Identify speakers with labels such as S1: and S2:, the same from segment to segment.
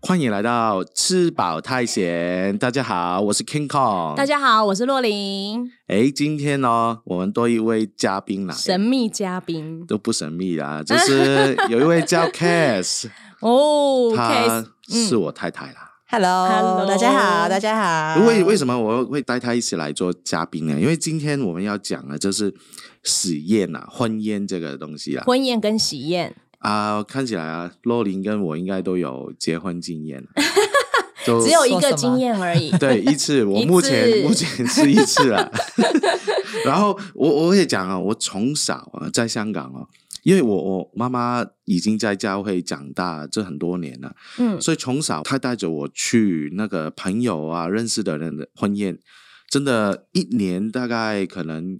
S1: 欢迎来到吃饱太闲。大家好，我是 King Kong。
S2: 大家好，我是洛琳，
S1: 哎，今天呢，我们多一位嘉宾来，
S2: 神秘嘉宾
S1: 都不神秘啦， 就是有一位叫 Cass，
S2: 哦。
S1: 她
S2: Case，嗯
S1: 是我太太啦。
S3: Hello，,
S2: Hello
S3: 大家好，大家好。
S1: 为
S2: 嗯
S1: 为什么我会带她一起来做嘉宾呢？因为今天我们要讲的就是喜宴啊，婚宴这个东西啊。
S2: 婚宴跟喜宴，
S1: 啊、看起来啊，洛琳跟我应该都有结婚经 验啊，就
S2: 只有一
S3: 说
S2: 个
S3: 什么
S2: 经验而已。
S1: 对，一次，我目前
S2: 一次
S1: 目前是一次啊。 然后我我也讲啊，我从小啊在香港哦、因为我我妈妈已经在教会长大这很多年了，
S2: 嗯，
S1: 所以从小她带着我去那个朋友啊认识的人的婚宴，真的，一年大概可能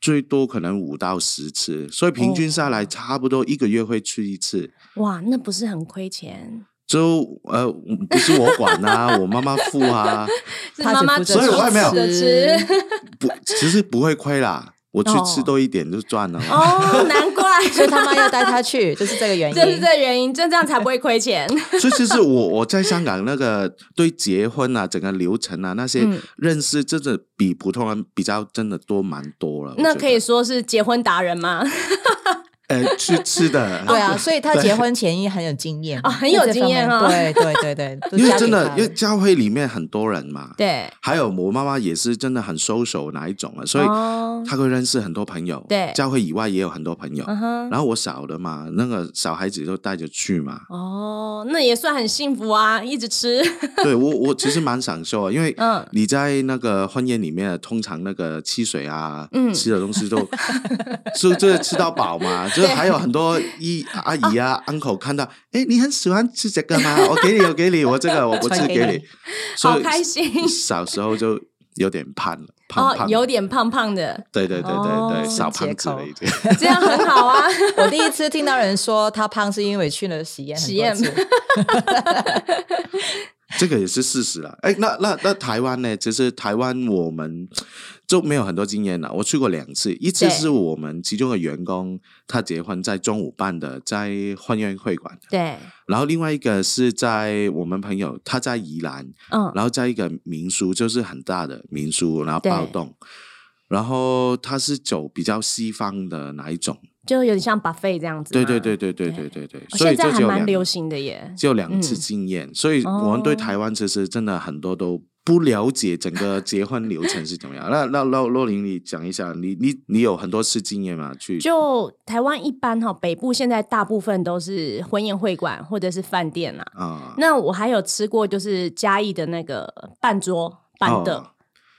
S1: 最多可能五到十次，所以平均下来差不多一个月会去一次。
S2: 哇，那不是很亏钱？
S1: 就呃，不是我管啊，我妈妈付啊。
S2: 是
S3: 他
S2: 妈
S3: 只
S2: 妈
S3: 负责
S1: 所以我还没
S3: 啊
S1: 有
S2: 负责吃
S1: 不，其实不会亏啦。我去
S2: 哦
S1: 吃多一点就赚了嘛。
S2: 哦，难怪，
S3: 所以他妈要带他去， 就是这个原因。
S2: 这是这原 因，就这样才不会亏钱。
S1: 所以其实我我在香港那个对结婚啊、整个流程啊那些
S2: 嗯
S1: 认识，真的比普通人比较真的多蛮多了。我
S2: 那
S1: 觉
S2: 可以
S1: 得
S2: 说是结婚达人吗？
S1: 呃去吃 的，
S3: 对啊，所以他结婚前也很有经验
S2: 哦很有经验哦
S3: 在这方面 对对对对，都
S1: 因为
S3: 交给
S1: 真的
S3: 他，
S1: 因为教会里面很多人嘛。
S2: 对，
S1: 还有我妈妈也是真的很 social 哪一种啊，所以
S2: 哦
S1: 她会认识很多朋友。
S2: 对
S1: 教会以外也有很多朋友。
S2: 嗯哼，。
S1: 然后我小的嘛，那个小孩子就带着去嘛
S2: 哦，那也算很幸福啊，一直吃，
S1: 对我，我其实蛮享受啊，因为
S2: 嗯
S1: 你在那个婚宴里面，通常那个汽水啊，
S2: 嗯
S1: 吃的东西都 就就是吃到饱 嘛，就是还有很多姨阿姨啊、uncle 看到，哎，你很喜欢吃这个吗？ 我给你，我给你，我这 个我不吃
S3: 传给
S1: 给你
S3: 你，
S1: 所
S2: 好
S1: 以
S2: 开心
S1: 小时候就有点胖了，胖
S2: 哦，
S1: 胖，
S2: 有点胖胖的，
S1: 对对对对
S2: 哦
S1: 对，小胖
S3: 借
S1: 子了
S3: 口
S1: 已经。
S2: 这样很好啊。
S3: 我第一次听到人说他胖是因为去了喜宴很多次，
S2: 喜
S1: 这个也是事实啦。哎，那那那台湾呢？其实台湾我们就没有很多经验了。我去过两次，一次
S2: 对
S1: 是我们其中的员工他结婚在中午办的，在婚宴会馆；
S2: 对，
S1: 然后另外一个是在我们朋友他在宜兰，
S2: 嗯，
S1: 然后在一个民宿，就是很大的民宿，然后
S2: 对
S1: 暴动。然后他是走比较西方的哪一种？
S2: 就有点像 buffet 这样子
S1: 对
S2: 嘛。
S1: 对对对对对对对，
S2: 哦，
S1: 所以
S2: 现
S1: 这
S2: 在还
S1: 就有两
S2: 蛮流行的耶。
S1: 只有两
S2: 嗯
S1: 次经验，所以我
S2: 哦
S1: 们对台湾其实真的很多都不了解整个结婚流程是怎么样。那那那洛琳，你讲一下，你你你有很多次经验嘛？去
S2: 就台湾一般哈、北部现在大部分都是婚宴会馆或者是饭店啦、
S1: 啊，
S2: 那我还有吃过就是嘉义的那个半桌半的，
S1: 哦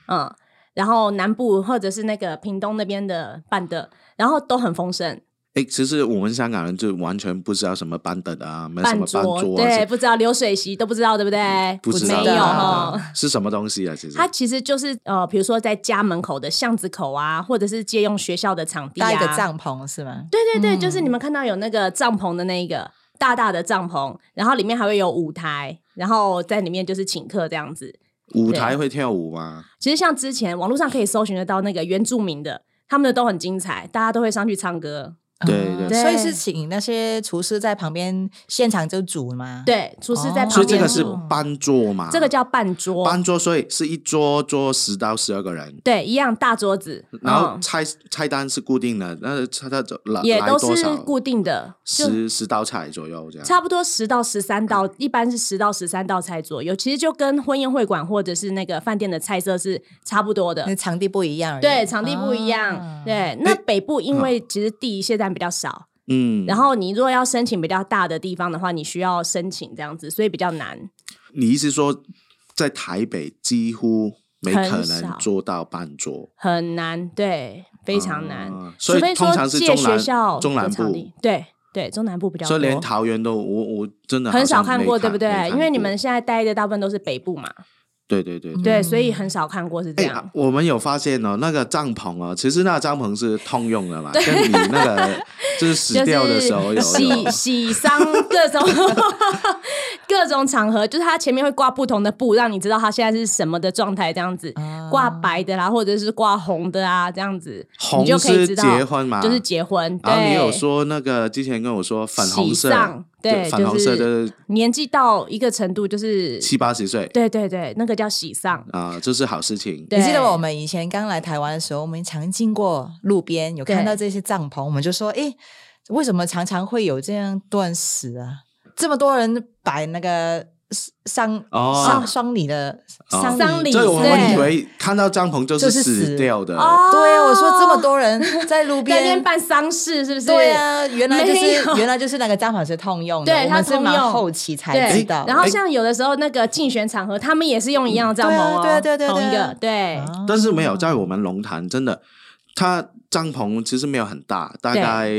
S2: 嗯，然后南部或者是那个屏东那边的半的，然后都很丰盛，
S1: 哎、其实我们香港人就完全不知道什么班的啊，没什
S2: 半
S1: 么班桌啊，
S2: 对，
S1: 是
S2: 不知道流水席都不知道，对不对？
S1: 不知道嗯
S2: 没
S3: 的
S2: 有
S3: 啊
S2: 哈。
S1: 是什么东西啊？其实
S2: 它其实就是呃，比如说在家门口的巷子口啊，或者是借用学校的场地啊，
S3: 搭一个帐篷是吗？
S2: 对对
S1: 嗯
S2: 对，就是你们看到有那个帐篷的那一个大大的帐篷，然后里面还会有舞台，然后在里面就是请客这样子。
S1: 舞台会跳舞吗？
S2: 其实像之前网络上可以搜寻得到那个原住民的，他们的都很精彩，大家都会上去唱歌。
S1: 对
S3: 嗯
S1: 对
S2: 对
S3: 所以是请那些厨师在旁边现场就煮吗？，
S2: 对，厨师在
S3: 哦
S1: 所
S2: 旁
S1: 以这
S2: 边
S1: 个
S2: 煮，
S1: 是班桌嘛？
S2: 这个叫半桌，
S1: 班桌，所以是一桌桌十到十二个人。
S2: 对，一样大桌子，
S1: 然后
S2: 嗯
S1: 菜、菜单是固定的，那菜单走来
S2: 也都
S1: 来多
S2: 是
S1: 少
S2: 固定的，就
S1: 十十道菜左右这样。
S2: 差不多十到十三道，一般是十到十三道菜左右，其实就跟婚宴会馆或者是那个饭店的菜色是差不多的。
S3: 那场地不一样而已，
S2: 对，场地不一样。
S3: 啊，
S1: 哎
S2: 对，那北部因为其实地现在比较少，
S1: 嗯，
S2: 然后你如果要申请比较大的地方的话，你需要申请这样子，所以比较难。
S1: 你意思说，在台北几乎没
S2: 很
S1: 可
S2: 少
S1: 能做到半桌，
S2: 很难，对，非常难。
S1: 啊所
S2: 除
S1: 以
S2: 非
S1: 通
S2: 说
S1: 常是
S2: 借
S1: 中
S2: 学
S1: 南
S2: 校
S1: 中
S2: 的
S1: 南
S2: 场
S1: 部
S2: 地，对对，中南部比较
S1: 所以连
S2: 多，
S1: 桃园都我我真的好
S2: 很少
S1: 像
S2: 看
S1: 没
S2: 过，对不
S1: 没
S2: 对？
S1: 看
S2: 因为你
S1: 过
S2: 们嗯现在待的大部分都是北部嘛，
S1: 对对对。对
S2: 对，所以很少看过是这
S1: 哎、
S2: 样。
S1: 啊我们有发现哦，那个帐篷哦，其实那个帐篷是通用的嘛，跟你那 个就是死
S2: 就
S1: 掉的时候有
S2: 是喜
S1: 有
S2: 喜丧各种各种场合， 就是它前面会挂不同的布，让你知道它现在是什么的状态，这样子。
S3: 啊
S2: 挂白的啦，或者是挂红的啊，这样子，
S1: 红
S2: 你就可以
S1: 是
S2: 知道
S1: 结婚嘛，啊
S2: 就是结婚。
S1: 然后
S2: 对，
S1: 你有说那个之前跟我说粉红
S2: 喜
S1: 色，
S2: 丧，对，
S1: 粉红色
S2: 就是
S1: 的
S2: 年纪到一个程度，就是
S1: 七八十岁
S2: 对对对，那个叫喜丧。
S1: 啊，这是好事情。
S2: 对
S3: 你记得我们以前刚来台湾的时候，我们常经过路边有看到这些帐篷，我们就说：“诶，为什么常常会有这样断食啊？这么多人摆那个丧
S1: 哦
S3: 丧丧礼的
S1: 哦
S3: 丧
S2: 丧礼
S3: 礼，
S1: 所以我们
S2: 对
S1: 以为看到帐篷就
S3: 就是是死
S1: 死掉的，
S2: 哦
S3: 对啊，我说这么多人在路
S2: 在那边
S3: 边。”
S2: 办丧事是不是？
S3: 对啊，原来就
S2: 没有
S3: 是原来就是那个帐篷是通用的，
S2: 对
S3: 我
S2: 它
S3: 们是
S2: 通
S3: 蛮
S2: 用
S3: 后期才
S2: 对
S3: 知道。
S2: 然
S1: 哎
S2: 后像有的时候那个竞选场合，他们也是用一样的帐篷哦，
S3: 对啊对啊对啊对啊
S2: 同一个对
S3: 啊
S1: 但是没有在我们龙潭，真的，它帐篷其实没有很大，大
S2: 对
S1: 概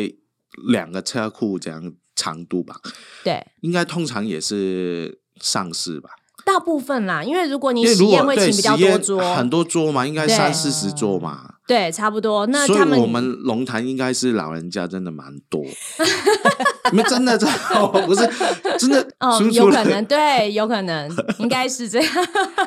S1: 两个车库这样长度吧，
S2: 对，
S1: 应该通常也是上市吧。
S2: 大部分啦，因为如果你
S1: 因为
S2: 喜
S1: 如
S2: 宴
S1: 果
S2: 会
S1: 对
S2: 请比
S1: 喜
S2: 较多
S1: 宴
S2: 桌，
S1: 很多桌嘛，应该
S2: 对
S1: 三四十桌嘛。
S2: 对，差不多。那
S1: 所以
S2: 他们
S1: 我们龙潭应该是老人家真的蛮 多，你们真的 真的不是真的，
S2: 嗯，
S1: 除
S2: 有
S1: 除了
S2: 可能，对，有可能，应该是这样。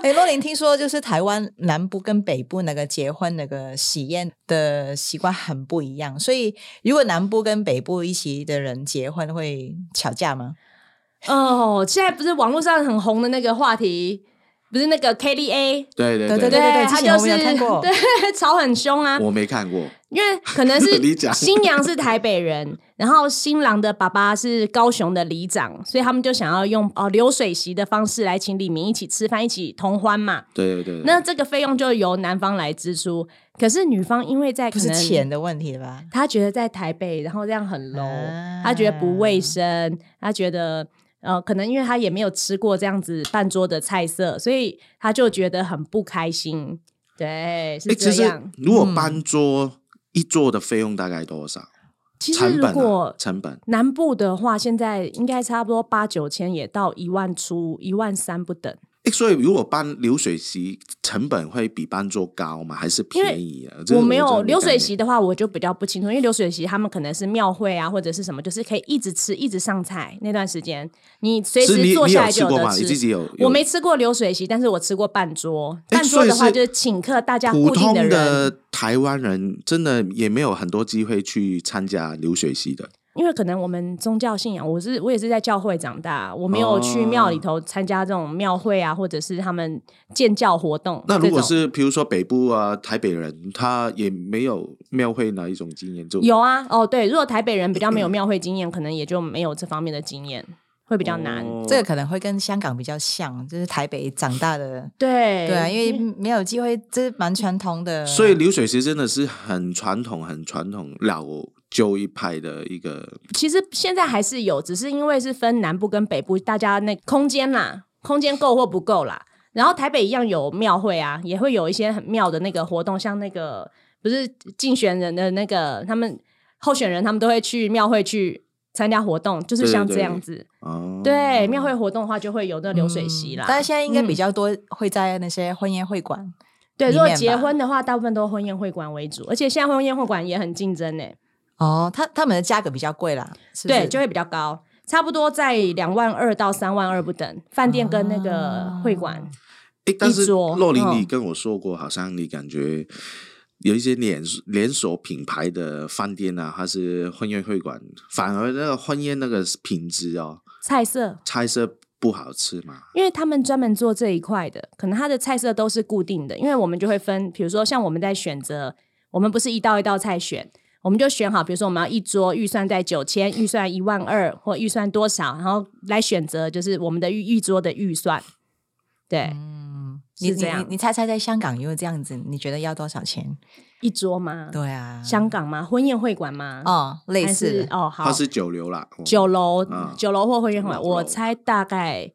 S3: 哎，洛琳听说就是台湾南部跟北部那个结婚那个喜宴的习惯很不一样，所以如果南部跟北部一起的人结婚会吵架吗？
S2: 哦，现在不是网络上很红的那个话题，不是那个 KDA，
S1: 对对对
S3: 对对对
S2: 他
S3: 之前
S2: 就
S3: 我们有
S2: 是
S3: 看过
S2: 对，吵很凶啊，
S1: 我没看过，
S2: 因为可能是
S1: 你讲
S2: 新娘是台北人，然后新郎的爸爸是高雄的里长，所以他们就想要用哦流水席的方式来请李明一起吃饭，一起同欢嘛。
S1: 对对对，
S2: 那这个费用就由男方来支出，可是女方因为在
S3: 不
S2: 可
S3: 是
S2: 能
S3: 钱的问题了吧？
S2: 他觉得在台北，然后这样很 low，、
S3: 啊
S2: 他觉得不卫生，他觉得呃，可能因为他也没有吃过这样子半桌的菜色，所以他就觉得很不开心。对，是
S1: 诶
S2: 这
S1: 其实啊
S2: 样。嗯
S1: 如果搬桌一桌的费用大概多少？
S2: 其实
S1: 成
S2: 如
S1: 本
S2: 果
S1: 啊，成本
S2: 南部的话，现在应该差不多八九千，也到一万出，一万三不等。
S1: 诶所以如果搬流水席，成本会比搬桌高吗？还是便宜啊？这个
S2: 我没
S1: 真的
S2: 有流水
S1: 概
S2: 席
S1: 念，
S2: 的话，我就比较不清楚，因为流水席他们可能是庙会啊，或者是什么，就是可以一直吃，一直上菜那段时间，你随
S1: 是
S2: 时
S1: 你
S2: 坐
S1: 你
S2: 下
S1: 有
S2: 来
S1: 吃
S2: 就
S1: 过
S2: 得
S1: 吗？
S2: 吃。
S1: 你自己有？有
S2: 我没吃过流水席，但是我吃过半桌。
S1: 诶
S2: 半桌的
S1: 所
S2: 话
S1: 以是
S2: 就是请客，大家
S1: 普
S2: 固定
S1: 通
S2: 人，
S1: 的台湾人真的也没有很多机会去参加流水席的。
S2: 因为可能我们宗教信仰，我是我也是在教会长大，我没有去
S1: 哦
S2: 庙里头参加这种庙会啊，或者是他们建教活动这
S1: 那
S2: 种。
S1: 如果是比如说北部啊，台北人他也没有庙会那一种经验，就
S2: 有啊，哦对，如果台北人比 较没有庙会经验，可能也就没有这方面的经验，会比较难。
S1: 哦
S3: 这个可能会跟香港比较像，就是台北长大的，
S2: 对
S3: 对啊，因为
S2: 嗯
S3: 没有机会，这是蛮传统的。
S1: 所以流水席真的是很传统、很传统老旧一派的一个
S2: 其实现在还是有，只是因为是分南部跟北部，大家那空间啦，空间够或不够啦。然后台北一样有庙会啊，也会有一些很妙的那个活动，像那个不是竞选人的那个他们候选人，他们都会去庙会去参加活动，就是
S1: 对对
S2: 像
S1: 对
S2: 这样子。
S1: 哦，
S3: 嗯
S2: 对，庙会活动的话就会有那流水席啦。
S3: 但是现在应该
S2: 嗯
S3: 比较多会在那些婚宴会馆，
S2: 对，
S3: 里
S2: 如果
S3: 面吧
S2: 结婚的话，大部分都婚宴会馆为主，而且现在婚宴会馆也很竞争呢、
S3: 哦，他他们的价格比较贵啦，是不是
S2: 对，就会比较高，差不多在两万二到三万二不等，饭店跟那个会馆。
S3: 啊
S1: 诶但是
S2: 桌
S1: 洛琳，
S2: 嗯
S1: 你跟我说过，好像你感觉有一些连连锁品牌的饭店啊，还是婚宴会馆，反而那个婚宴那个品质哦，
S2: 菜色，
S1: 菜色不好吃嘛。
S2: 因为他们专门做这一块的，可能它的菜色都是固定的，因为我们就会分，比如说像我们在选择，我们不是一道一道菜选。我们就选好，比如说我们要一桌预算在九千，预算一万二或预算多少，然后来选择就是我们的预一桌的预算。对，
S3: 嗯，
S2: 是
S3: 你
S2: 这
S3: 你
S2: 样
S3: 你你猜猜，在香港因为这样子，你觉得要多少钱？
S2: 一桌吗？
S3: 对啊，
S2: 香港吗？婚宴会馆吗？，
S3: 哦，类
S2: 还
S3: 似
S2: 是
S3: 的
S2: 哦，好，
S1: 它是酒楼啦，哦
S2: 九楼、
S3: 嗯
S1: 啊
S2: 九楼或会员馆，
S1: 九楼
S2: 我猜大概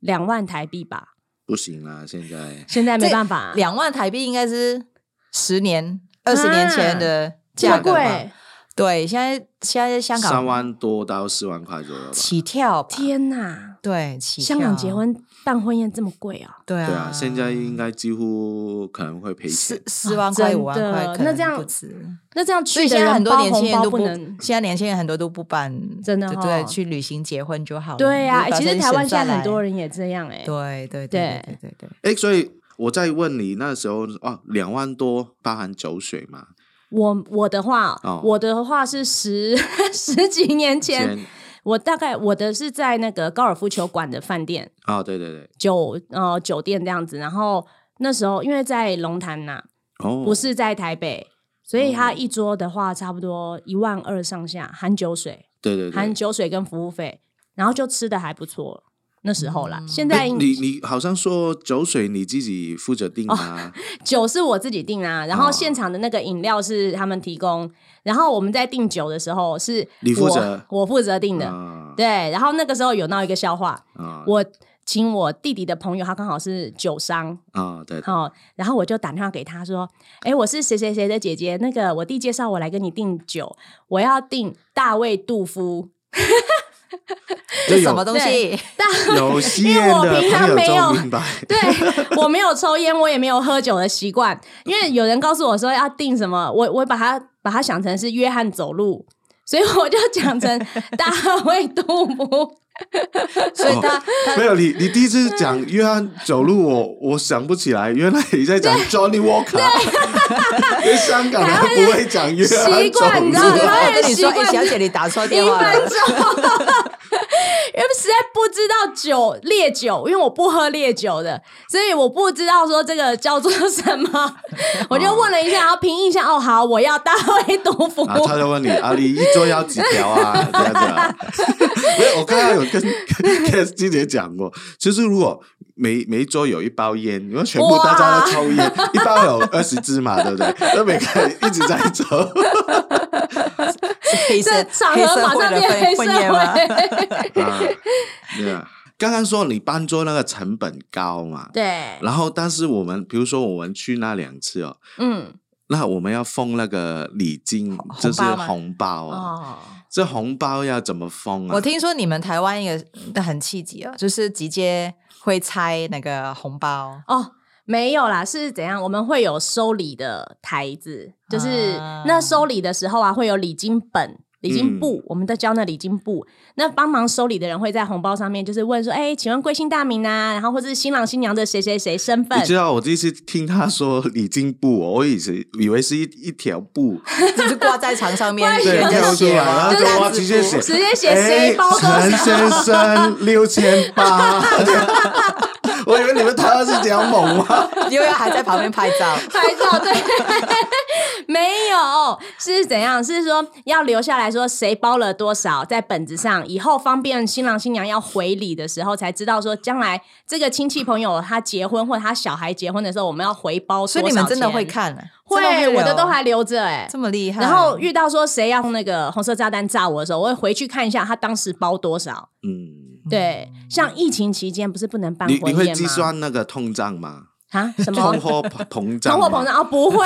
S2: 两万台币吧。
S1: 不行啦，现在
S2: 现在没
S3: 这
S2: 办法，
S3: 两万台币，应该是十年、二十年前的
S2: 啊这么
S3: 价格吧
S2: 贵，
S3: 对，现在现在在香港
S1: 三万多到四万块左右吧。
S3: 起跳吧，
S2: 天哪！
S3: 对，起跳
S2: 香港结，婚办婚宴这么贵哦、
S3: 对啊，
S1: 对啊，现在应该几乎可能会赔钱
S3: 四。四万块、
S2: 啊真的
S3: 五万块，可能
S2: 那这样
S3: 不止。
S2: 那这样
S3: 所
S2: 去
S3: 以
S2: 的
S3: 现在
S2: 人
S3: 很多
S2: 包
S3: 年轻
S2: 红
S3: 人
S2: 包
S3: 都不
S2: 不能，。
S3: 现在年轻人很多都不办，
S2: 真的
S3: 对
S2: 哦
S3: 对，去旅行结婚就好了。
S2: 对呀、
S3: 就
S2: 哎
S3: 把
S2: 其实
S3: 这些
S2: 台湾
S3: 省
S2: 现
S3: 下
S2: 在很
S3: 来
S2: 多，人也这样哎、
S3: 对对
S2: 对
S3: 对对对对，
S1: 诶，所以我在问你那时候哦，两万多包含酒水嘛？
S2: 我我的话，
S1: 哦
S2: 我的话是十十几年前，
S1: 先
S2: 我大概我的是在那个高尔夫球馆的饭店
S1: 啊，对对对，
S2: 酒呃酒店这样子，然后那时候因为在龙潭呐、
S1: 哦，
S2: 不是在台北，所以他一桌的话差不多一万二上下，含酒水，
S1: 对嗯对对，
S2: 含酒水跟服务费，然后就吃的还不错。那时候啦，现在
S1: 诶嗯哎你你好像说酒水你自己负责订啊，
S2: 酒哦是我自己订啊，然后
S1: 哦
S2: 现场的那个饮料是他们提供，然后我们在订酒的时候是
S1: 你负
S2: 我
S1: 责
S2: 我负责订的，
S1: 啊
S2: 对。然后那个时候有闹一个笑话，
S1: 啊
S2: 我请我弟弟的朋友，他刚好是酒商，
S1: 啊，对，对
S2: 哦，然后我就打电话给他说：“哎，我是谁谁谁的姐姐，那个我弟介绍我来跟你订酒，我要订大卫杜夫。
S1: 就
S3: 什
S1: 有
S3: 么东西？
S2: 大
S1: 有吸
S2: 因为
S1: 烟
S2: 我
S1: 的
S2: 平
S1: 朋
S2: 常
S1: 友
S2: 没有
S1: 就明 白，
S2: 对我没有抽烟，我也没有喝酒的习惯，因为有人告诉我说要订什么，我我把它把它想成是约翰走路，所以我就讲成 大卫杜夫。
S3: 所以
S2: 哦
S3: 他
S1: 没有你你第一次讲约翰走路，我我想不起来，原来你在讲 Johnny Walker，因 为香港人不会讲约
S2: 习
S1: 翰走
S2: 惯你知道
S1: 路
S2: 吗。
S3: 他
S2: 也
S3: 跟你说，
S2: 习惯
S3: 哎，小姐，你打错
S2: 一
S3: 电话
S2: 分
S3: 了。
S2: 钟， 因为实在不知道酒烈酒，因为我不喝烈酒的，所以我不知道说这个叫做什么，我就问了一下，然后凭印象，哦，好，我要大卫毒 服。
S1: 啊，他就问你啊，你一桌要几条啊？这样子啊？没有，我刚刚有跟 跟金姐讲过，就是如果每每一桌有一包烟，如果全部大家都抽烟，一包有二十支嘛，对不对？那每个人一直在抽，啊
S3: 黑
S2: 这
S3: 社
S2: 场
S3: 黑
S2: 合
S3: 社
S2: 马
S3: 会
S2: 上
S3: 的
S2: 变黑
S3: 婚
S2: 社
S3: 婚宴吗？
S2: 会，
S1: 啊，对啊。刚刚说你搬桌那个成本高嘛，
S2: 对，
S1: 然后但是我们比如说我们去那两次哦，
S2: 嗯，
S1: 那我们要封那个礼金，就是
S3: 红包吗
S1: 红包啊，
S2: 哦，
S1: 这红包要怎么封啊？
S3: 我听说你们台湾也很气急啊，就是直接会拆那个红包，
S2: 哦。没有啦，是怎样？我们会有收礼的台子，就是、
S3: 啊
S2: 那收礼的时候啊，会有礼金本、礼金簿，我们都教那礼金簿。那帮忙收礼的人会在红包上面，就是问说：“哎、请问贵姓大名啊？然后或者是新郎新娘的谁谁谁身份
S1: 你知道我第一次听他说礼金布，我以为以为是一一条 布，
S3: 就是挂在墙上面，
S1: 对，
S3: 人
S1: 跳
S3: 家
S1: 出来，
S3: 写
S1: 然
S3: 吗
S1: 后
S2: 就
S1: 就是哇，直接 写，
S2: 直接写谁包多少
S1: 哎陈先生六千 八，我以为你们台湾是这样猛 吗？
S3: 悠悠还在旁边拍照，
S2: 拍照？”对， 没有是怎样？是说要留下来说谁包了多少在本子上，以后方便新郎新娘要回礼的时候才知道说，将来这个亲戚朋友他结婚或者他小孩结婚的时候，我们要回包多少
S3: 所以你们真的
S2: 钱
S3: 会看啊，真的
S2: 会，
S3: 有
S2: 我的都还留着哎、
S3: 这么厉害，
S2: 然后遇到说谁要用那个红色炸弹炸我的时候，我会回去看一下他当时包多少。
S1: 嗯，
S2: 对，像疫情期间不是不能办
S1: 你
S2: 婚
S1: 你
S2: 宴吗？
S1: 会计算那个通胀 吗？
S2: 啊？什么
S1: 通货膨胀？
S2: 通货膨胀？？哦，不会，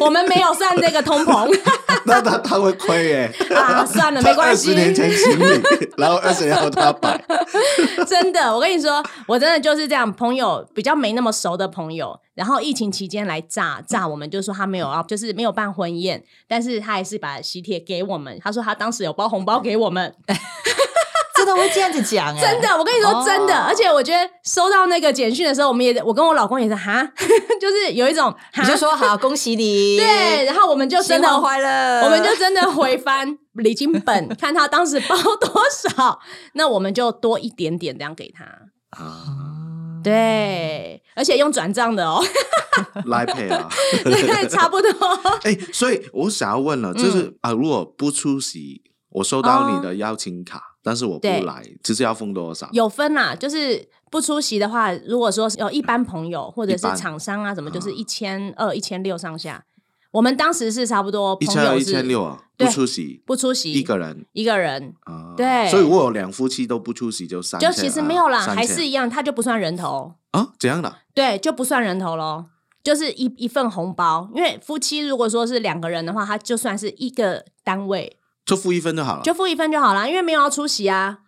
S2: 我们没有算这个通 膨
S1: 那他他会亏 耶。
S2: 啊。算了，没关系
S1: 二十。年前请你， 然后二十年后他摆，
S2: 真的，我跟你说，我真的就是这样，朋友比较没那么熟的朋友，然后疫情期间来炸炸我们，就说他没有要，哦就是没有办婚宴，但是他还是把喜帖给我们，他说他当时有包红包给我们，
S3: 真的会这样子讲，哎
S2: 真的，啊我跟你说
S3: 哦
S2: 真的，而且我觉得收到那个简讯的时候，我们也我跟我老公也是哈， 就是有一种哈
S3: 你，就说好，恭喜 你，
S2: 对，，然后我们就真
S3: 新
S2: 的
S3: 婚快
S1: 呃
S3: 乐，
S2: 我们就真的回翻礼金本，看他当时包多少，那我们就多一点点这样给他。
S1: 啊，
S3: 嗯
S2: 对，而且用转账 的哦，
S1: 来配啊。
S2: 对，差不多。
S1: 哎、所以我想要问了，就是、
S2: 嗯
S1: 啊，如果不出席，我收到你的邀请卡，但是我不
S2: 哦对
S1: 来，这是要封多少？
S2: 有分啦，就是不出席的话，如果说有一般朋友或者是
S1: 一般
S2: 厂商啊什么，就是
S1: 嗯
S2: 一千二、一千六上下。我们当时是差不多
S1: 一
S2: 朋
S1: 千二、
S2: 友
S1: 一千
S2: 是
S1: 六啊，不
S2: 对
S1: 出席，
S2: 不出席
S1: 一个人
S2: 一个人，
S1: 啊。
S2: 对
S1: 所以如果有两夫妻都不出席，就三千啊。
S2: 就其实没有啦，
S1: 三千
S2: 还是一样，他就不算人头，
S1: 啊，怎样的？
S2: 对，就不算人头喽。就是一一份红包，因为夫妻如果说是两个人的话，他就算是一个单位，
S1: 就付一分就好了。
S2: 就付一份就好啦，因为没有要出席啊，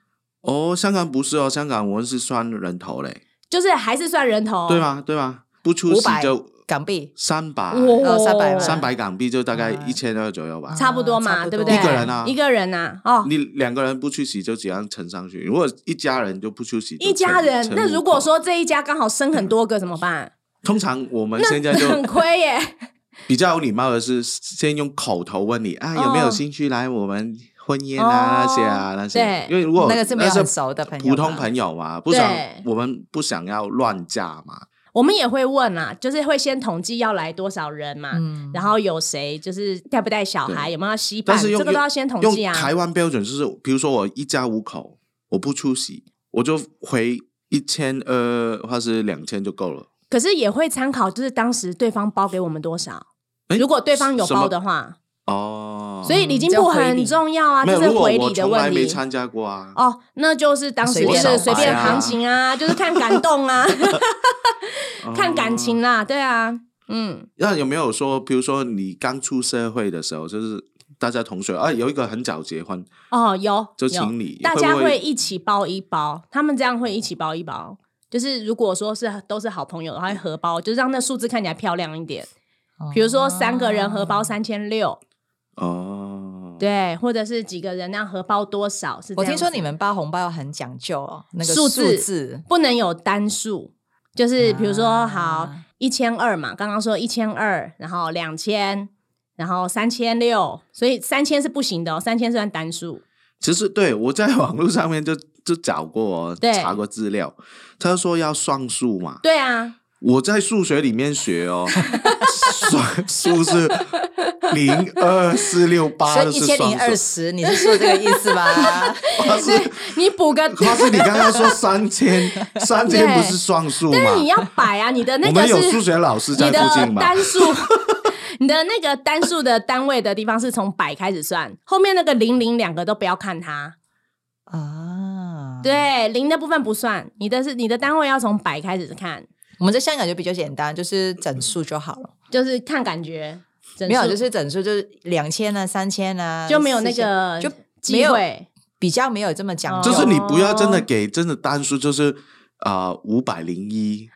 S1: 哦，香港不是哦，香港我们是算人头嘞，
S2: 就是还是算人头，
S1: 对？吗？对吗？不出
S3: 五
S1: 席
S3: 百
S1: 就
S3: 港币，
S1: 三百，
S2: 哇，
S3: 哦300
S1: 三百港币就大概一千二左右吧。
S2: 差不多
S3: 啊
S2: 嘛，
S3: 差不
S2: 对
S3: 多
S2: 不对？
S1: 一个人啊
S2: 一个人啊，哦，
S1: 你两个人不出席就怎样乘上去？如果一家人就不出席，
S2: 一家人。那如果。说这一家刚好生很多个怎么 办？
S1: 通常我们现在就
S2: 很亏耶。
S1: 比较有礼貌的是，先用口头问你啊，有没有兴趣来我们婚宴啊
S2: 哦
S1: 那些啊那些
S2: 对，
S1: 因为如果
S3: 那个是没有
S1: 那
S3: 很熟的朋友嘛，
S1: 普通朋友嘛，不想
S2: 对
S1: 我们不想要乱嫁嘛，
S2: 我们也会问啊，就是会先统计要来多少人嘛，
S3: 嗯
S2: 然后有谁就是带不带小孩，有没有要吸
S1: 但
S2: 伴，
S1: 是用
S2: 这个都要先统
S1: 用
S2: 计啊。
S1: 台湾标准就是，比如说我一家五口，我不出席，我就回一千二或是两千就够了。
S2: 可是也会参考，就是当时对方包给我们多少，
S1: 诶
S2: 如果对方有
S1: 什么
S2: 包的话，
S1: 哦，
S2: 所以礼金
S3: 叫
S2: 部
S3: 回礼
S2: 很重要啊，
S1: 没
S2: 就
S1: 有，
S2: 是
S1: 如果
S2: 回
S1: 我
S2: 礼的
S1: 从来
S2: 问
S1: 没
S2: 题。
S1: 参加过啊，
S2: 哦，那就是当时
S3: 随
S2: 就
S3: 便
S2: 是
S3: 啦
S2: 随便
S1: 哎呀
S2: 行 情啊，就是看感动啊，
S1: 哦
S2: 看感情。啦，对啊，嗯，
S1: 那有没有说，比如说你刚出社会的时候，就是大家同学啊，有一个很早结婚，
S2: 哦，有
S1: 就
S2: 有
S1: 请你，
S2: 大家
S1: 会不
S2: 会
S1: 会
S2: 一起包一包，他们这样会一起包一包。就是如果说是都是好朋友的话，会合包，就是让那数字看起来漂亮一点。比如说三个人合包
S3: 哦
S2: 三千六，
S1: 哦，
S2: 对，或者是几个人那样合包多少是这
S3: 我
S2: 样子？
S3: 听说你们包红包很讲究哦，那个
S2: 数字
S3: 字
S2: 不能有单数，就是比如说
S3: 啊
S2: 好一千二嘛，刚刚说一千二，然后两千，然后三千六，所以三千是不行的哦，三千算单数。
S1: 其实对我在网络上面就 就找过、哦，
S2: 对
S1: 查过资料，他说要算数嘛，
S2: 对啊，
S1: 我在数学里面学 哦，算数是零二四六八，
S3: 所
S1: 就
S3: 以一
S1: 是
S3: 千零二
S1: 双数。
S3: 十，你是说这个意思 吗？
S1: 他是
S2: 你补 个，
S1: 他是你刚刚说三千，三千不是双数
S2: 但是你
S1: 吗？
S2: 要 摆啊，你的那
S1: 我
S2: 个
S1: 们
S2: 是
S1: 有数学老师在
S2: 你的
S1: 附近嘛？
S2: 单数。 你的那个单数的单位的地方是从百开始算，后面那个零零两个都不要看它，
S3: 啊，，
S2: 对零的部分不算，你的是你的单位要从百开始看，
S3: 我们在香港就比较简单，就是整数就好了，
S2: 就是看感觉。整
S3: 没有
S2: 数
S3: 就是整数就是两千啊、三千啊，
S2: 呃就没有那
S3: 4000
S2: 个
S3: 就没
S2: 机
S3: 有
S2: 会，
S3: 比较没有这么讲究，
S1: 就是你不要真的
S2: 哦
S1: 给真的单数，就是啊五百零 一，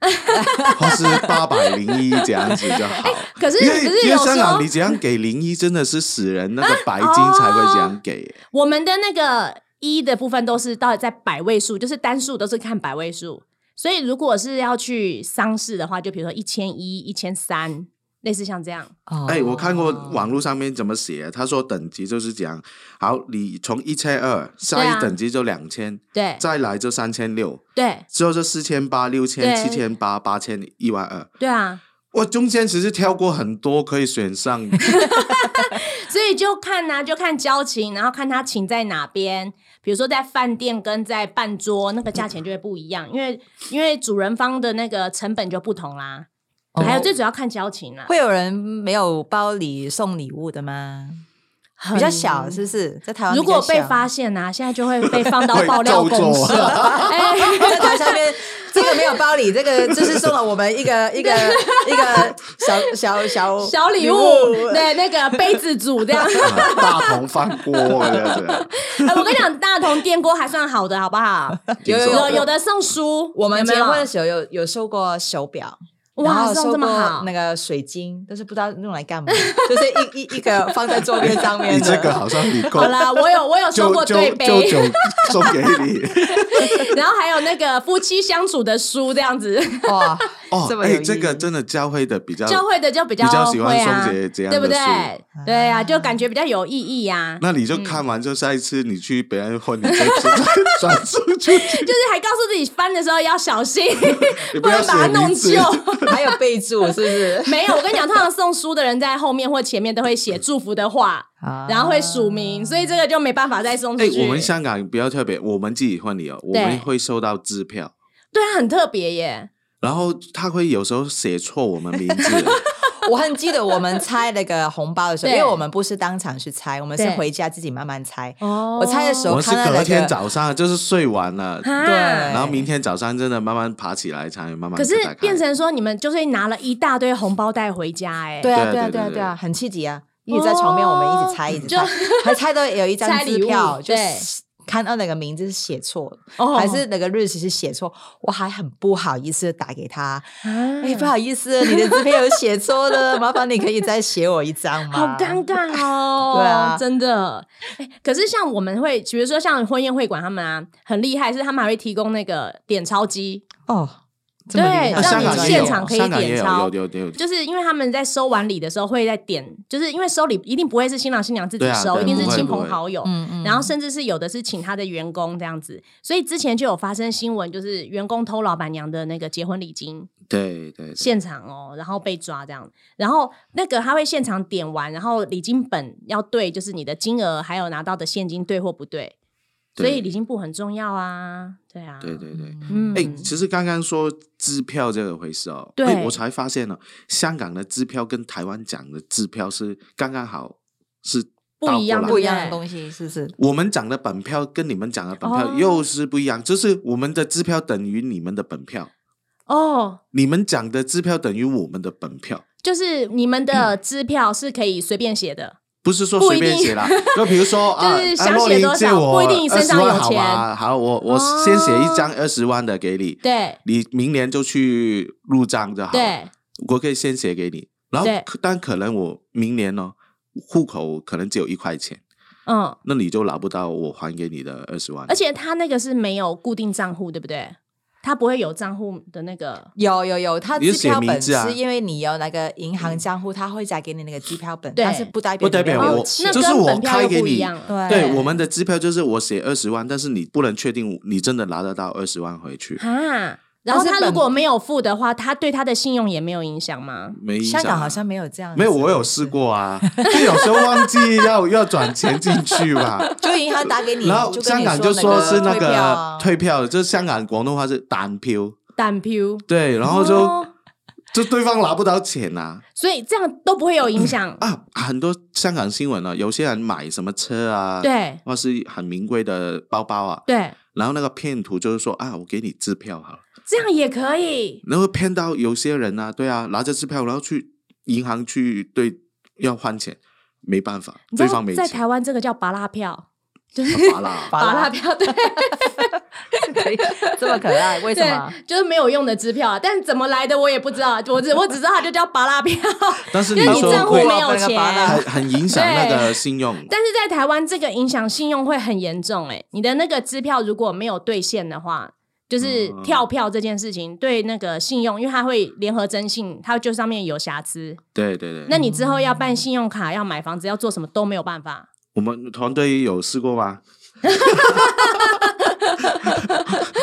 S1: 或是八百零一这样子就好。
S2: 哎可是
S1: 因
S2: 可
S1: 为
S2: 是
S1: 因
S2: 有
S1: 为香港你
S2: 说
S1: 这样给零一真的是死人，那个白金才会这样给。
S2: 我们的那个一的部分都是到底在百位数，就是单数都是看百位数，所以如果是要去丧事的话，就比如说一千一、一千三，类似像这样。
S3: 哦
S1: 哎，我看过网络上面怎么写，他说等级就是讲，好，你从一千二，
S2: 对
S1: 下
S2: 啊
S1: 一等级就两千、
S2: 对
S1: 再来就三千六，
S2: 对
S1: 之后就四千八、六千、七
S2: 对
S1: 千八、八千、一万二。
S2: 对啊，
S1: 我中间其实跳过很多可以选 上，
S2: 所以就看呐、就看交情，然后看他请在哪边。比如说在饭店跟在办桌，那个价钱就会不一样，因为因为主人方的那个成本就不同啦。
S1: 哦
S2: 还有最主要看交情啦，
S3: 会有人没有包礼送礼物的吗？比较小，是不是？在台湾
S2: 如
S3: 比较
S2: 果被
S3: 小
S2: 发现啊，现在就会被放到爆料
S1: 会咒
S2: 公
S1: 诅
S2: 社。
S1: 啊
S2: 哎，
S3: 在 台上面，这个没有包礼，这个就是送了我们一个一个一个小小小
S2: 小礼物，对那个杯子组这 样。哎
S1: 大同饭锅这样子。
S2: 哎，我跟你讲，大同电锅还算好的，好不好？
S3: 有有
S2: 有
S3: 有
S2: 有的送书，
S3: 啊我们
S2: 有没
S3: 结
S2: 有
S3: 婚的时候有有收过手表，然
S2: 哇，
S3: 后
S2: 送
S3: 收
S2: 这么
S3: 过
S2: 好
S3: 那，个水晶，但是不知道用来干嘛，就是一一一个放在桌面上 面
S1: 你
S3: 的。
S1: 这个好像你够
S2: 好，啦，我有我有收
S1: 就
S2: 过
S1: 就
S2: 对
S1: 就
S2: 杯，
S1: 就送给 你
S2: 然后还有那个夫妻相处的书这样子，
S3: 哇，
S1: 哦
S3: 这。么有
S1: 哎，
S3: 意义
S1: 这个真的教会的比较
S2: 教会的就比较
S1: 比较喜欢
S2: 会啊
S1: 送这这样的
S2: 对不对
S1: 书？
S2: 对啊，就感觉比较有意义啊呀。
S1: 那你就看完，就下一次你去别人婚，你就转转出去，
S2: 就是还告诉自己翻的时候要小心，
S1: 你
S2: 不
S1: 要
S2: 能把它
S1: 写
S2: 弄
S1: 名字
S2: 旧。
S3: 还有备注是不是？
S2: 没有，我跟你讲，通常送书的人在后面或前面都会写祝福的话，
S3: 啊
S2: 然后会署名，所以这个就没办法再送出
S1: 哎、
S2: 去。
S1: 我们香港比较特别，我们自己婚礼哦，我们会收到支票，
S2: 对啊，很特别耶。
S1: 然后他会有时候写错我们名 字，
S3: 啊我很记得我们拆那个红包的时候，因
S2: 对
S3: 为我们不是当场去拆，我们是
S2: 对
S3: 回家自己慢慢拆。
S2: 哦
S3: 我猜的时
S1: 我
S3: 候
S1: 们是
S3: 看到那
S1: 隔
S3: 个
S1: 天早上就是睡完了，
S2: 哈
S3: 对
S1: 然后明天早上真的慢慢爬起来才慢慢
S2: 可是
S1: 打开
S2: 变成说你们就是拿了一大堆红包袋回家，哎，
S3: 对
S1: 对
S3: 啊，对啊，
S1: 对
S3: 对啊，
S1: 对
S3: 对啊，很气急啊！一直在床边，我们一直猜，一直
S2: 哦就
S3: 猜，还猜到有一张
S2: 猜礼
S3: 支票，
S2: 物
S3: 就
S2: 对
S3: 是看到那个名字是写错，
S2: 哦
S3: 还是那个日期是写错，我还很不好意思地打给他，哎，
S2: 哎
S3: 不好意思，你的支票有写错了，麻烦你可以再写我一张
S2: 好
S3: 吗？
S2: 尴尬哦，
S3: 对啊
S2: 真的。哎可是像我们会，比如说像婚宴会馆他们啊，很厉害，是他们还会提供那个点钞机，
S3: 哦，这么厉
S2: 对
S3: 害，哦
S1: 啊
S2: 让
S1: 香
S2: 你
S1: 港也
S2: 现
S1: 有
S2: 场可以
S1: 香港
S2: 点
S1: 也有
S2: 钞
S1: 有有有有
S2: 就是因为他们在收完礼的时候会在点，就是因为收礼一定不会是新郎新娘自己
S1: 对啊
S2: 收，
S1: 对
S2: 一定是
S3: 不会
S2: 亲
S1: 不
S2: 朋
S1: 会
S2: 好友。
S3: 嗯嗯
S2: 然后甚至是有的是请他的员工这样子，所以之前就有发生新闻，就是员工偷老板娘的那个结婚礼金，
S1: 对对对
S2: 现场哦，然后被抓这样。然后那个他会现场点完，然后礼金本要对，就是你的金额还有拿到的现金对或不对，所
S1: 对
S2: 以礼金簿很重要啊，对啊，
S1: 对对对。
S2: 嗯，
S1: 哎、其实刚刚说支票这个回事哦，
S2: 对
S1: 哎我才发现了、香港的支票跟台湾讲的支票是刚刚好是
S2: 不
S1: 倒
S2: 一样
S1: 过来
S3: 不
S2: 对
S3: 一样的东西是不是？
S1: 我们讲的本票跟你们讲的本票
S2: 哦
S1: 又是不一样，就是我们的支票等于你们的本票，
S2: 哦，
S1: 你们讲的支票等于我们的本票，
S2: 就是你们
S1: 嗯
S2: 的支票是可以随便写的，
S1: 不是说
S2: 不一
S1: 随便
S2: 定
S1: 写啦。就比如说啊，
S2: 就是
S1: 啊
S2: 想
S1: 洛
S2: 写
S1: 林
S2: 多
S1: 借
S2: 少
S1: 我
S2: 不一定你身上
S1: 20万
S2: 有
S1: 好吧好，我我
S2: 哦
S1: 先写一张二十万的给你，
S2: 对
S1: 你明年就去入账就好。
S2: 对，
S1: 我可以先写给你，然后
S2: 对
S1: 可但可能我明年呢、户口可能只有一块钱，
S2: 嗯，
S1: 那你就拿不到我还给你的二十万
S2: 而。且他那个是没有固定账户，对不对？他不会有账户的那个
S3: 有有有，它
S1: 你
S3: 支
S1: 就
S3: 票
S1: 写名
S3: 本
S1: 字啊
S3: 是因为你有那个银行账户，它会再给你那个支票本，
S2: 对
S3: 它是不代表
S1: 不代表
S3: 你没有哦
S1: 我
S3: 钱
S2: 哦那
S1: 就是
S2: 跟
S1: 我
S2: 本票
S1: 开
S2: 又
S1: 给
S2: 不一
S1: 你
S2: 样了。
S1: 对
S3: 对
S1: 我们的支票就是我写二十万，但是你不能确定你真的拿得到二十万回去，
S2: 啊，然后
S3: 但是
S2: 他
S3: 本
S2: 如果没有付的话，他对他的信用也没有影响吗？
S1: 没影响
S3: 香
S1: 啊
S3: 港好像没有这样，
S1: 没有，我有试，过 啊，就有时候忘记要要转钱进去嘛，
S3: 就银行打给你，
S1: 然后
S3: 就跟
S1: 香
S3: 你
S1: 港就说是那
S3: 退票
S1: 个
S3: 啊
S1: 退票的，就是香港广东话是单票，
S2: 单票，
S1: 对，然后就、
S2: 哦
S1: 就对方拿不到钱啊。。
S2: 所以这样都不会有影响
S1: 啊，很多香港新闻啊，有些人买什么车啊，，
S2: 对
S1: 或是很名贵的包包啊，
S2: 对，
S1: 然后那个骗徒就是说啊，我给你支票好了，
S2: 这样也可以。
S1: 然后骗到有些人啊，对啊，拿着支票然后去银行去对要换钱，没办法，
S2: 你
S1: 对
S2: 知道
S1: 方没
S2: 在
S1: 钱，
S2: 台湾这个叫拔蜡票，
S1: 好啦，
S3: 拔蜡
S2: 拔蜡票 对
S3: 可以这么可爱，为什么？啊
S2: 对，就是没有用的支票啊，但怎么来的我也不知道，我只我只知道它就叫拔蜡票，
S1: 但是
S2: 因为你
S1: 说
S2: 账户
S1: 会
S2: 没有
S3: 那个拔蜡
S2: 钱
S1: 很。很影响那个信用，
S2: 但是在台湾，这个影响信用会很严重、欸。你的那个支票如果没有兑现的话，就是
S1: 嗯
S2: 跳票这件事情对那个信用，因为它会联合征信，它就上面有瑕疵。
S1: 对对
S3: 嗯
S1: 对，
S2: 那你之后要办信用卡、要买房子、要做什么都没有办 法。
S1: 我们团队有试过吗？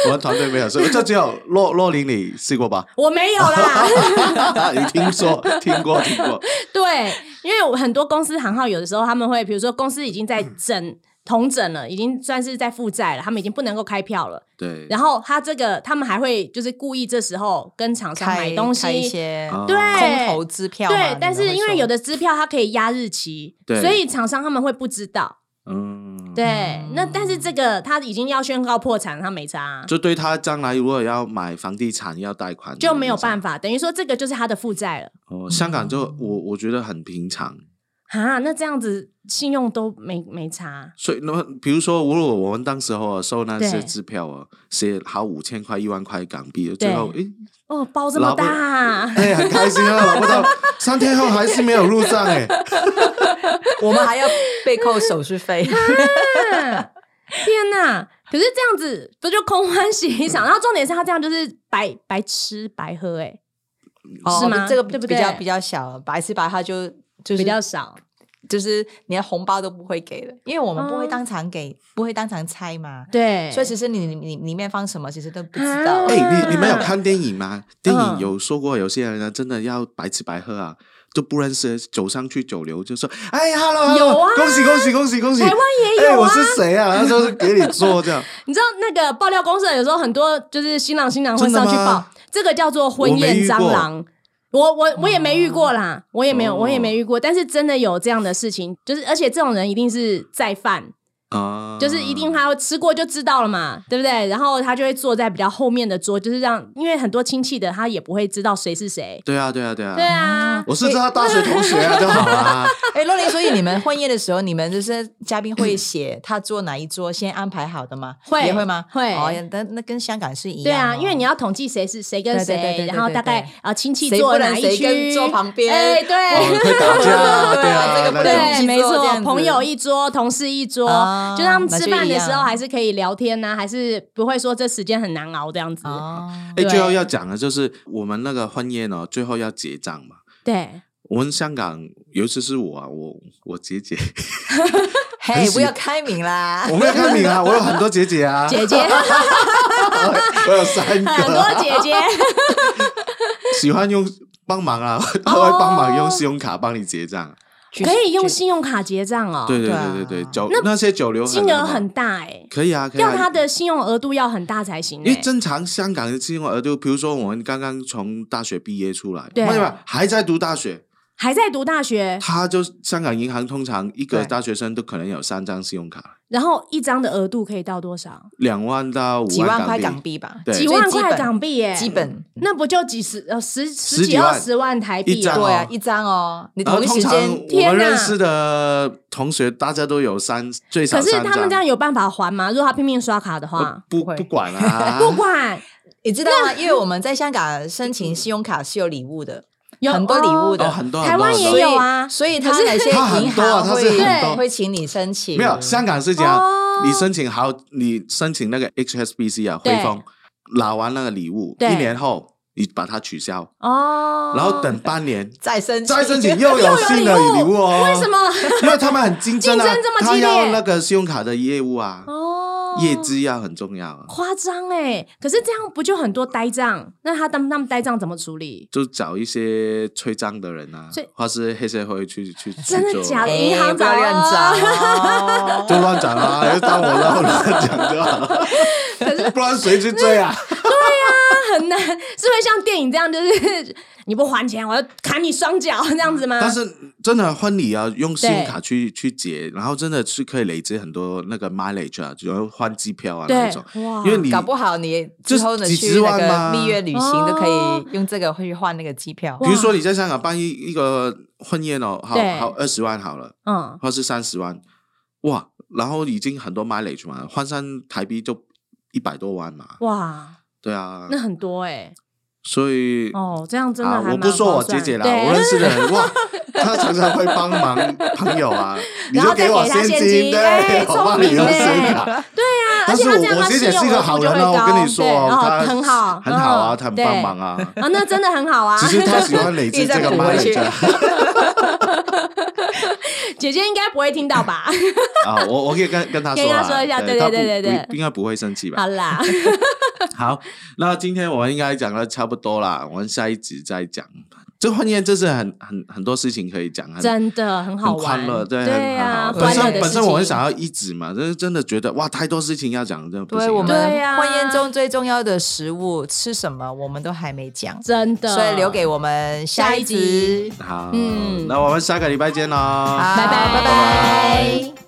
S1: 我们团队没有试，就只有洛洛琳你试过吧？
S2: 我没有 啦，
S1: 啊你听说听过听 过？
S2: 对，因为我很多公司行号有的时候他们会，比如说公司已经在整同整了，已经算是在负债了，他们已经不能够开票了。
S3: 嗯
S1: 对，
S2: 然后他这个，他们还会就是故意这时候跟厂商买
S3: 开
S2: 东西，
S3: 开一些
S1: 啊
S2: 对，
S3: 空头支票嘛，
S2: 对，但是因为有
S3: 的
S2: 的支票它可以压日期，
S1: 对
S2: 所以厂商他们会不知道。
S1: 嗯，
S2: 对，那但是这个他已经要宣告破产，他没差啊、
S1: 就对他将来如果要买房地产要贷款，
S2: 就没有办
S1: 法。
S2: 法，嗯等于说这个就是他的负债了。
S1: 哦，香港就我我觉得很平常，
S2: 啊，那这样子信用都没没差，
S1: 所以那么比如说，如果我们当时候啊收那些
S2: 对
S1: 支票啊，写好五千块、一万块港币，最后诶
S2: 哦，包这么大啊，
S1: 哎很开心啊，拿不 到，三天后还是没有入账哎，
S3: 我们还要被扣手续费，
S2: 天哪！可是这样子不就空欢喜一场？然后重点是他这样就是白白吃白喝、欸，
S3: 哦
S2: 是吗
S3: 这个
S2: 对不
S3: 比较
S2: 对
S3: 比较小，白吃白喝就就是
S2: 比较少。
S3: 就是连红包都不会给的，因为我们不会
S2: 哦
S3: 当场给，不会当场拆嘛。
S2: 对，
S3: 所以其实你你你里面放什么，其实都不知道。
S1: 哎、
S2: 嗯啊
S1: 你你们有看电影吗？电影
S2: 嗯
S1: 有说过，有些人呢真的要白吃白喝啊，就不认识，走上去酒流就说：“哎，hello，, hello
S2: 有啊
S1: 恭喜恭喜恭喜恭喜！”
S2: 台湾也
S1: 哎
S2: 有啊
S1: 我是谁 啊？然后就是给你做这样，
S2: 你知道那个爆料公社有时候很多就是新郎新娘会上去
S1: 真的
S2: 爆
S1: 吗，
S2: 这个叫做婚宴蟑螂。我我我也没遇过啦，我也没有，
S1: 哦
S2: 我也没遇过，但是真的有这样的事情，就是而且这种人一定是再犯，
S1: 啊，
S2: 就是一定他会吃过就知道了
S3: 嗯
S2: 嘛，对不对？然后他就会坐在比较后面的桌，就是让因为很多亲戚的他也不会知道谁是谁，
S1: 对啊对啊对啊，
S2: 对啊，
S1: 我是他大学同学啊，就 好啦、
S3: 哎，洛琳，所以你们婚宴的时候，你们就是嘉宾会写他坐哪一桌，先安排好的吗？
S2: 会
S3: 也会吗？
S2: 会
S3: 哦，那那跟香港是一样。哦
S2: 对啊，因为你
S3: 要。
S2: 要统计谁是谁跟
S3: 对对对对
S2: 谁，
S3: 对
S2: 然后
S3: 对
S2: 大概
S3: 对
S2: 啊亲戚
S3: 谁
S2: 坐
S3: 不
S2: 哪
S3: 能
S2: 一
S3: 谁
S2: 区，
S3: 跟坐旁边
S2: 哎
S1: 哦
S2: 对，
S1: 会打架啊，对
S3: 对啊
S1: 啊，
S3: 这个不
S1: 那
S3: 能
S1: 种
S3: 一
S2: 对，
S3: 起
S2: 没
S3: 坐这
S2: 错
S3: 样，子
S2: 朋友一桌，同事一桌，
S3: 啊
S2: 就是他们吃饭的时候还
S3: 是
S2: 是可以聊天呐、还是不会说这时间很难熬这样子。
S3: 啊，
S1: 哎，
S2: 对
S1: 最后要讲的就是我们那个婚宴哦，最后要结账嘛。
S2: 对，
S1: 我们香港，尤其是我啊，我我姐姐，
S3: 嘿，不要开明啦
S1: 我，没有开明 啊，我有很多姐姐啊，
S2: 姐姐
S1: 我有三
S2: 很
S1: 个，啊
S2: 多姐姐，
S1: 喜欢用帮忙啊，
S2: 哦
S1: 他会帮忙用信用卡帮你结账。啊
S2: 可以用信用卡结账哦，
S1: 对对
S3: 对啊
S1: 对对对，酒那些酒流
S2: 金额很大哎、
S1: 可以啊，可以
S2: 要他
S1: 啊。
S2: 的信用额度要很大才行、
S1: 因为
S2: 欸。
S1: 正常香港的信用额度，比如说我们刚刚从大学毕业出来，
S2: 对
S1: 没有吧还在读大学，
S2: 还在读大学，
S1: 他就香港银行通常一个
S3: 对
S1: 大学生都可能有三张信用卡，
S2: 然后一张的额度可以到多少？
S1: 两万到五
S3: 几万块港
S1: 港币，
S3: 币吧，
S1: 对
S2: 几万块港币耶、
S3: 基本
S2: 那不就几十呃十
S1: 十
S2: 十
S1: 几
S2: 几
S1: 万
S2: 二十万台币
S1: 一张
S2: 哦？
S3: 对啊，一张哦，你
S1: 然后
S3: 同一
S1: 通
S3: 时
S1: 常
S3: 间
S1: 我
S2: 天
S1: 们
S2: 哪
S1: 认识的同学，大家都有三最少
S2: 可是
S1: 三
S2: 他们这样
S1: 张，呃
S2: 有办法还吗？如果他拼命刷卡的话，哎
S1: 不
S3: 不会
S1: 不管啊，
S2: 不管
S3: 你知道吗？因为我们在香港申请信用卡是有礼 物的，
S2: 有
S3: 很多礼物的
S1: 哦，很多
S2: 台湾
S1: 很多
S2: 也
S1: 很多
S2: 有啊
S3: 所以他
S2: 可是
S3: 哪些
S1: 它很
S3: 银
S1: 多啊
S3: 行
S1: 它是
S3: 会
S1: 很
S2: 多
S3: 会请你申请？
S1: 没有，香港是这样，
S2: 哦
S1: 你申请好，你申请那个 HSBC 啊，汇
S2: 对
S1: 丰拿完那个礼物，
S2: 对
S1: 一年后你把它取消，
S2: 哦。
S1: 然后等半年
S3: 再申
S1: 再申请又有新的
S2: 又有礼物
S1: 物哦。
S2: 哦 为什？ 么？
S1: 因为他们很竞争啊，
S2: 竞争这么
S1: 他
S2: 激烈
S1: 要那个信用卡的业务啊，
S2: 哦，
S1: 业绩要很重要啊，
S2: 夸张哎！可是这样不就很多呆账？那他他们他们呆账怎么处理？
S1: 就找一些吹账的人啊
S2: 所以，
S1: 或是黑社会去去去
S2: 真的
S1: 做
S2: 假的
S3: 哎
S2: 银行
S3: 不要
S2: 找
S3: 乱哦
S2: 啊
S3: 找，
S1: 就乱讲 啊，就当我乱乱讲就好了，不然谁去追啊？
S2: 那很难，是会像电影这样，就是你不还钱，我要砍你双脚这样子吗？
S1: 但是真的婚礼啊，用信用
S2: 对
S1: 卡去去结，然后真的是可以累积很多那个 mileage 啊，然后换机票啊那
S2: 对哦
S1: 一种，，
S2: 哇
S1: 因为你
S3: 搞不好你
S1: 就
S3: 之后呢
S1: 几
S3: 去
S1: 十
S3: 那
S1: 万吗
S3: 个蜜月旅行都可
S2: 哦
S3: 以用这个去换那个机票
S1: 比。如说你在香港办一一个婚宴哦，好
S2: 对
S1: 好二十万好了，
S2: 嗯，
S1: 或是三十万，哇，然后已经很多 mileage 嘛，换算台币就一百多万嘛，
S2: 哇，
S1: 对啊
S2: 那，很多哎、
S1: 所以
S2: 哦，这样真的
S1: 啊
S2: 还，蛮
S1: 我不说我
S2: 划算
S1: 姐姐啦，
S2: 对
S1: 我认识的人哇， 她常常会帮忙朋友 啊，你
S2: 然
S1: 就
S2: 后再
S1: 我
S2: 给她
S1: 现
S2: 现金
S1: 对，
S2: 哎
S1: 我帮你
S2: 聪明
S1: 用
S2: 呢
S1: 信 用卡。
S2: 啊
S1: 但
S2: 而且
S1: 是
S2: 他
S1: 我
S2: 这样
S1: 我
S2: 他
S1: 姐姐
S2: 信用
S1: 是一个好人哦，
S2: 额度就会
S1: 我跟你说哦，
S2: 高对
S1: 她
S2: 哦很好
S1: 很好啊，
S2: 嗯
S1: 她很帮忙 啊。
S2: 啊，那真的很 好啊。
S1: 其实她喜欢累积这个啊
S3: 一直在补回去
S1: manager
S2: 姐姐应该不会听到吧？
S1: 啊，我我可以跟跟她说啊，
S2: 跟她说一下
S1: 对
S2: 对
S1: 她
S2: 对对
S1: 不
S2: 对
S1: 不应该不会生气吧
S2: 好？啦，
S1: 好，那今天我们应该讲的差不多啦，我们下一集再讲。这婚宴就是很很很多事情可以讲，很
S2: 真的很好
S1: 很
S2: 玩，
S1: 欢乐，对，
S2: 对
S1: 很
S2: 啊，
S1: 很好。本
S2: 欢乐
S1: 身
S2: 的
S1: 本
S2: 事
S1: 身我很
S2: 情
S1: 想要一直嘛，但是真的觉得哇，太多事情要讲，真的不行
S3: 对
S1: 啊。
S3: 我
S2: 对
S3: 们
S2: 啊
S3: 婚宴中最重要的食物吃什么，我们都还没讲，
S2: 真的，
S3: 所以留给我们下
S2: 下
S3: 一
S2: 一
S3: 集
S2: 集。
S1: 好，
S2: 嗯
S1: 那我们下个礼拜见喽，
S3: 好
S2: 拜拜
S3: 拜拜
S2: 拜。